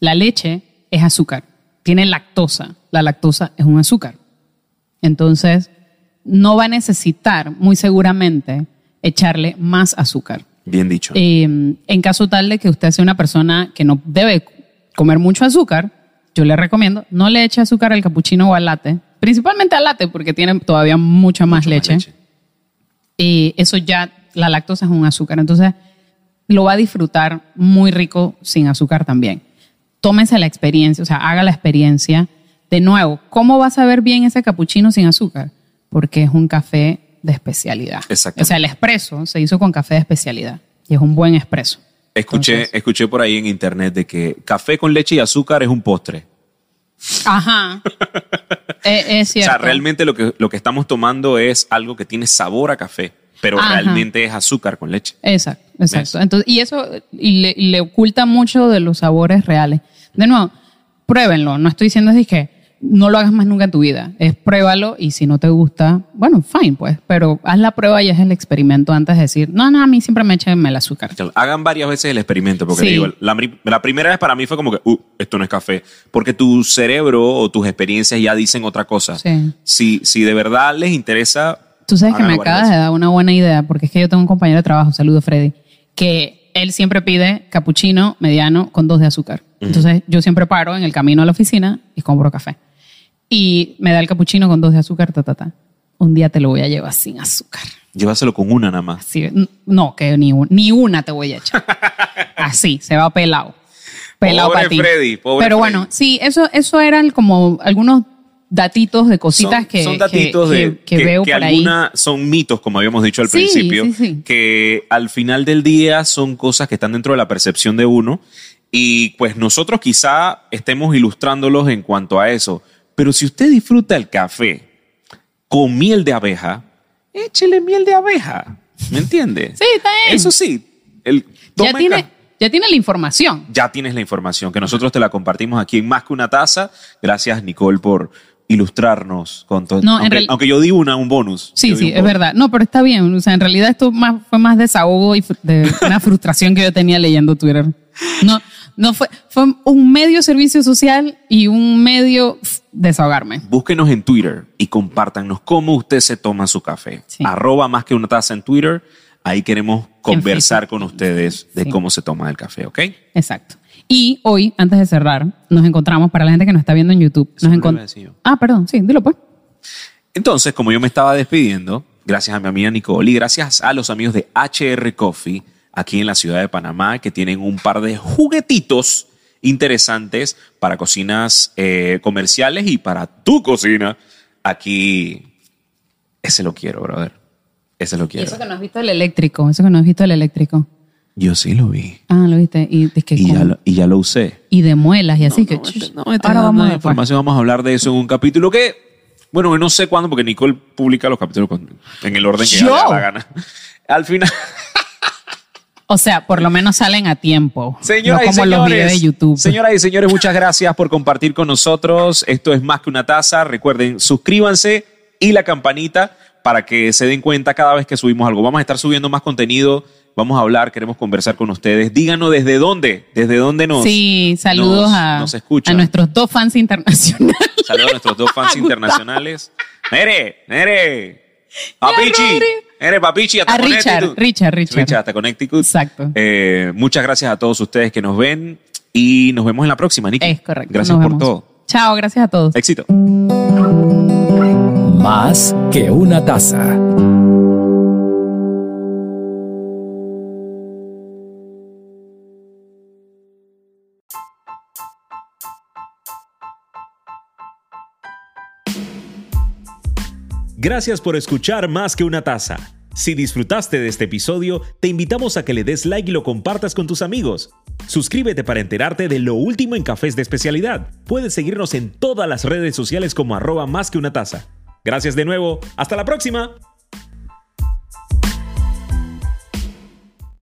C: La leche es azúcar, tiene lactosa. La lactosa es un azúcar. Entonces, no va a necesitar, muy seguramente, echarle más azúcar.
B: Bien dicho.
C: Eh, en caso tal de que usted sea una persona que no debe comer mucho azúcar, yo le recomiendo no le eche azúcar al capuchino o al latte, principalmente al latte porque tiene todavía mucha más
B: Mucho
C: leche. Eh, eso ya, la lactosa es un azúcar, entonces lo va a disfrutar muy rico sin azúcar también. Tómese la experiencia, o sea, haga la experiencia. De nuevo, ¿cómo va a saber bien ese capuchino sin azúcar? Porque es un café de especialidad.
B: Exactamente.
C: O sea, el espresso se hizo con café de especialidad y es un buen espresso.
B: Escuché,
C: Entonces-
B: escuché por ahí en internet de que café con leche y azúcar es un postre.
C: Ajá. Eh, es cierto.
B: O sea, realmente lo que, lo que estamos tomando es algo que tiene sabor a café, pero
C: Ajá.
B: realmente es azúcar con leche.
C: Exacto, exacto. Entonces, y eso le, le oculta mucho de los sabores reales. De nuevo, pruébenlo. No estoy diciendo así que no lo hagas más nunca en tu vida. Es pruébalo y si no te gusta, bueno, fine, pues. Pero haz la prueba y haz el experimento antes de decir, no, no, a mí siempre me echan el azúcar.
B: Hagan varias veces el experimento, porque
C: Sí.
B: le digo, la, pri- la primera vez para mí fue como que, uh, esto no es café, porque tu cerebro o tus experiencias ya dicen otra cosa.
C: Sí.
B: Si, si de verdad les interesa...
C: Tú sabes que me
B: háganlo varias
C: acabas de dar una buena idea, porque es que yo tengo un compañero de trabajo, saludo Freddy, que él siempre pide capuchino mediano con dos de azúcar. Entonces yo siempre paro en el camino a la oficina y compro café. Y me da el capuchino con dos de azúcar, ta, ta, ta. Un día te lo voy a llevar sin azúcar.
B: veces. Llévaselo con una nada más.
C: Así, n- no, que ni, un- ni una te voy a echar. Así, se va pelado. Pelado
B: Pobre
C: para ti.
B: Freddy, pobre
C: Pero
B: Freddy.
C: bueno, sí, eso, eso eran como algunos datitos de cositas
B: son,
C: que,
B: son
C: que-
B: datitos
C: que,
B: de,
C: que veo por ahí.
B: alguna- son mitos, como habíamos dicho al
C: Sí,
B: principio,
C: sí, sí.
B: que al final del día son cosas que están dentro de la percepción de uno y pues nosotros quizá estemos ilustrándolos en cuanto a eso. Pero si usted disfruta el café con miel de abeja, échele miel de abeja, ¿me entiende?
C: Sí, está bien.
B: Eso sí, el, toma
C: ya
B: el
C: tiene,
B: ca-
C: ya tiene la información.
B: ya tienes la información, que nosotros te la compartimos aquí en Más que una taza. Gracias, Nicole, por ilustrarnos con todo.
C: No, en
B: aunque,
C: real-
B: aunque yo di una, un bonus.
C: Sí,
B: Yo di
C: sí,
B: un
C: es
B: bonus.
C: verdad. No, pero está bien. O sea, en realidad esto más, fue más desahogo y fr- de una frustración que yo tenía leyendo Twitter. No, no fue, fue un medio servicio social y un medio pf, desahogarme.
B: Búsquenos en Twitter y compártanos cómo usted se toma su café.
C: Sí.
B: Arroba más que una taza en Twitter. Ahí queremos conversar
C: Facebook.
B: con ustedes de
C: Sí.
B: cómo se toma el café, ¿ok?
C: Exacto. Y hoy, antes de cerrar, nos encontramos, para la gente que nos está viendo en YouTube,
B: Eso no lo
C: nos
B: iba a
C: encontramos.
B: decir yo.
C: Ah, perdón, sí, dilo pues.
B: Entonces, como yo me estaba despidiendo, gracias a mi amiga Nicole y gracias a los amigos de HR Coffee aquí en la ciudad de Panamá, que tienen un par de juguetitos interesantes para cocinas eh, comerciales y para tu cocina aquí. Ese lo quiero, brother. Ese lo quiero.
C: Eso que no has visto el eléctrico, eso que no has visto el eléctrico.
B: Yo sí lo vi.
C: Ah, lo viste. Y, es que
B: Y ya,
C: con-
B: lo, y ya lo usé.
C: y de muelas y así
B: No,
C: que.
B: no me
C: chush.
B: estés- no me estés
C: Ahora
B: dando
C: vamos a ver, pues.
B: información. Vamos a hablar de eso en un capítulo que. Bueno, no sé cuándo, porque Nicole publica los capítulos con- en el orden que ella le da
C: Yo.
B: la gana. Al final.
C: O sea, por lo menos salen a tiempo.
B: Señoras
C: no como
B: y
C: los
B: señores,
C: videos de YouTube.
B: señoras y señores, muchas gracias por compartir con nosotros. Esto es más que una taza. Recuerden, suscríbanse y la campanita para que se den cuenta cada vez que subimos algo. Vamos a estar subiendo más contenido, vamos a hablar, queremos conversar con ustedes. Díganos desde dónde, desde dónde nos.
C: sí, saludos
B: nos-
C: a,
B: nos escuchan.
C: a nuestros dos fans internacionales.
B: Saludos a nuestros dos fans
C: Gustavo.
B: internacionales. Mere, Mere,
C: a
B: Papichi,
C: Rodri.
B: Mere, Papichi, hasta
C: A Richard,
B: Connecticut.
C: Richard, Richard.
B: hasta Connecticut.
C: Exacto.
B: Eh, muchas gracias a todos ustedes que nos ven y nos vemos en la próxima, Nicky.
C: es correcto.
B: Gracias
C: nos
B: por
C: vemos.
B: todo.
C: Chao, gracias a todos.
B: Éxito.
A: Más que una taza.
E: Gracias por escuchar Más que una taza.
B: Si disfrutaste de este episodio, te invitamos a que le des like y lo compartas con tus amigos. Suscríbete para enterarte de lo último en cafés de especialidad. Puedes seguirnos en todas las redes sociales como arroba más que una taza. Gracias de nuevo, hasta la próxima.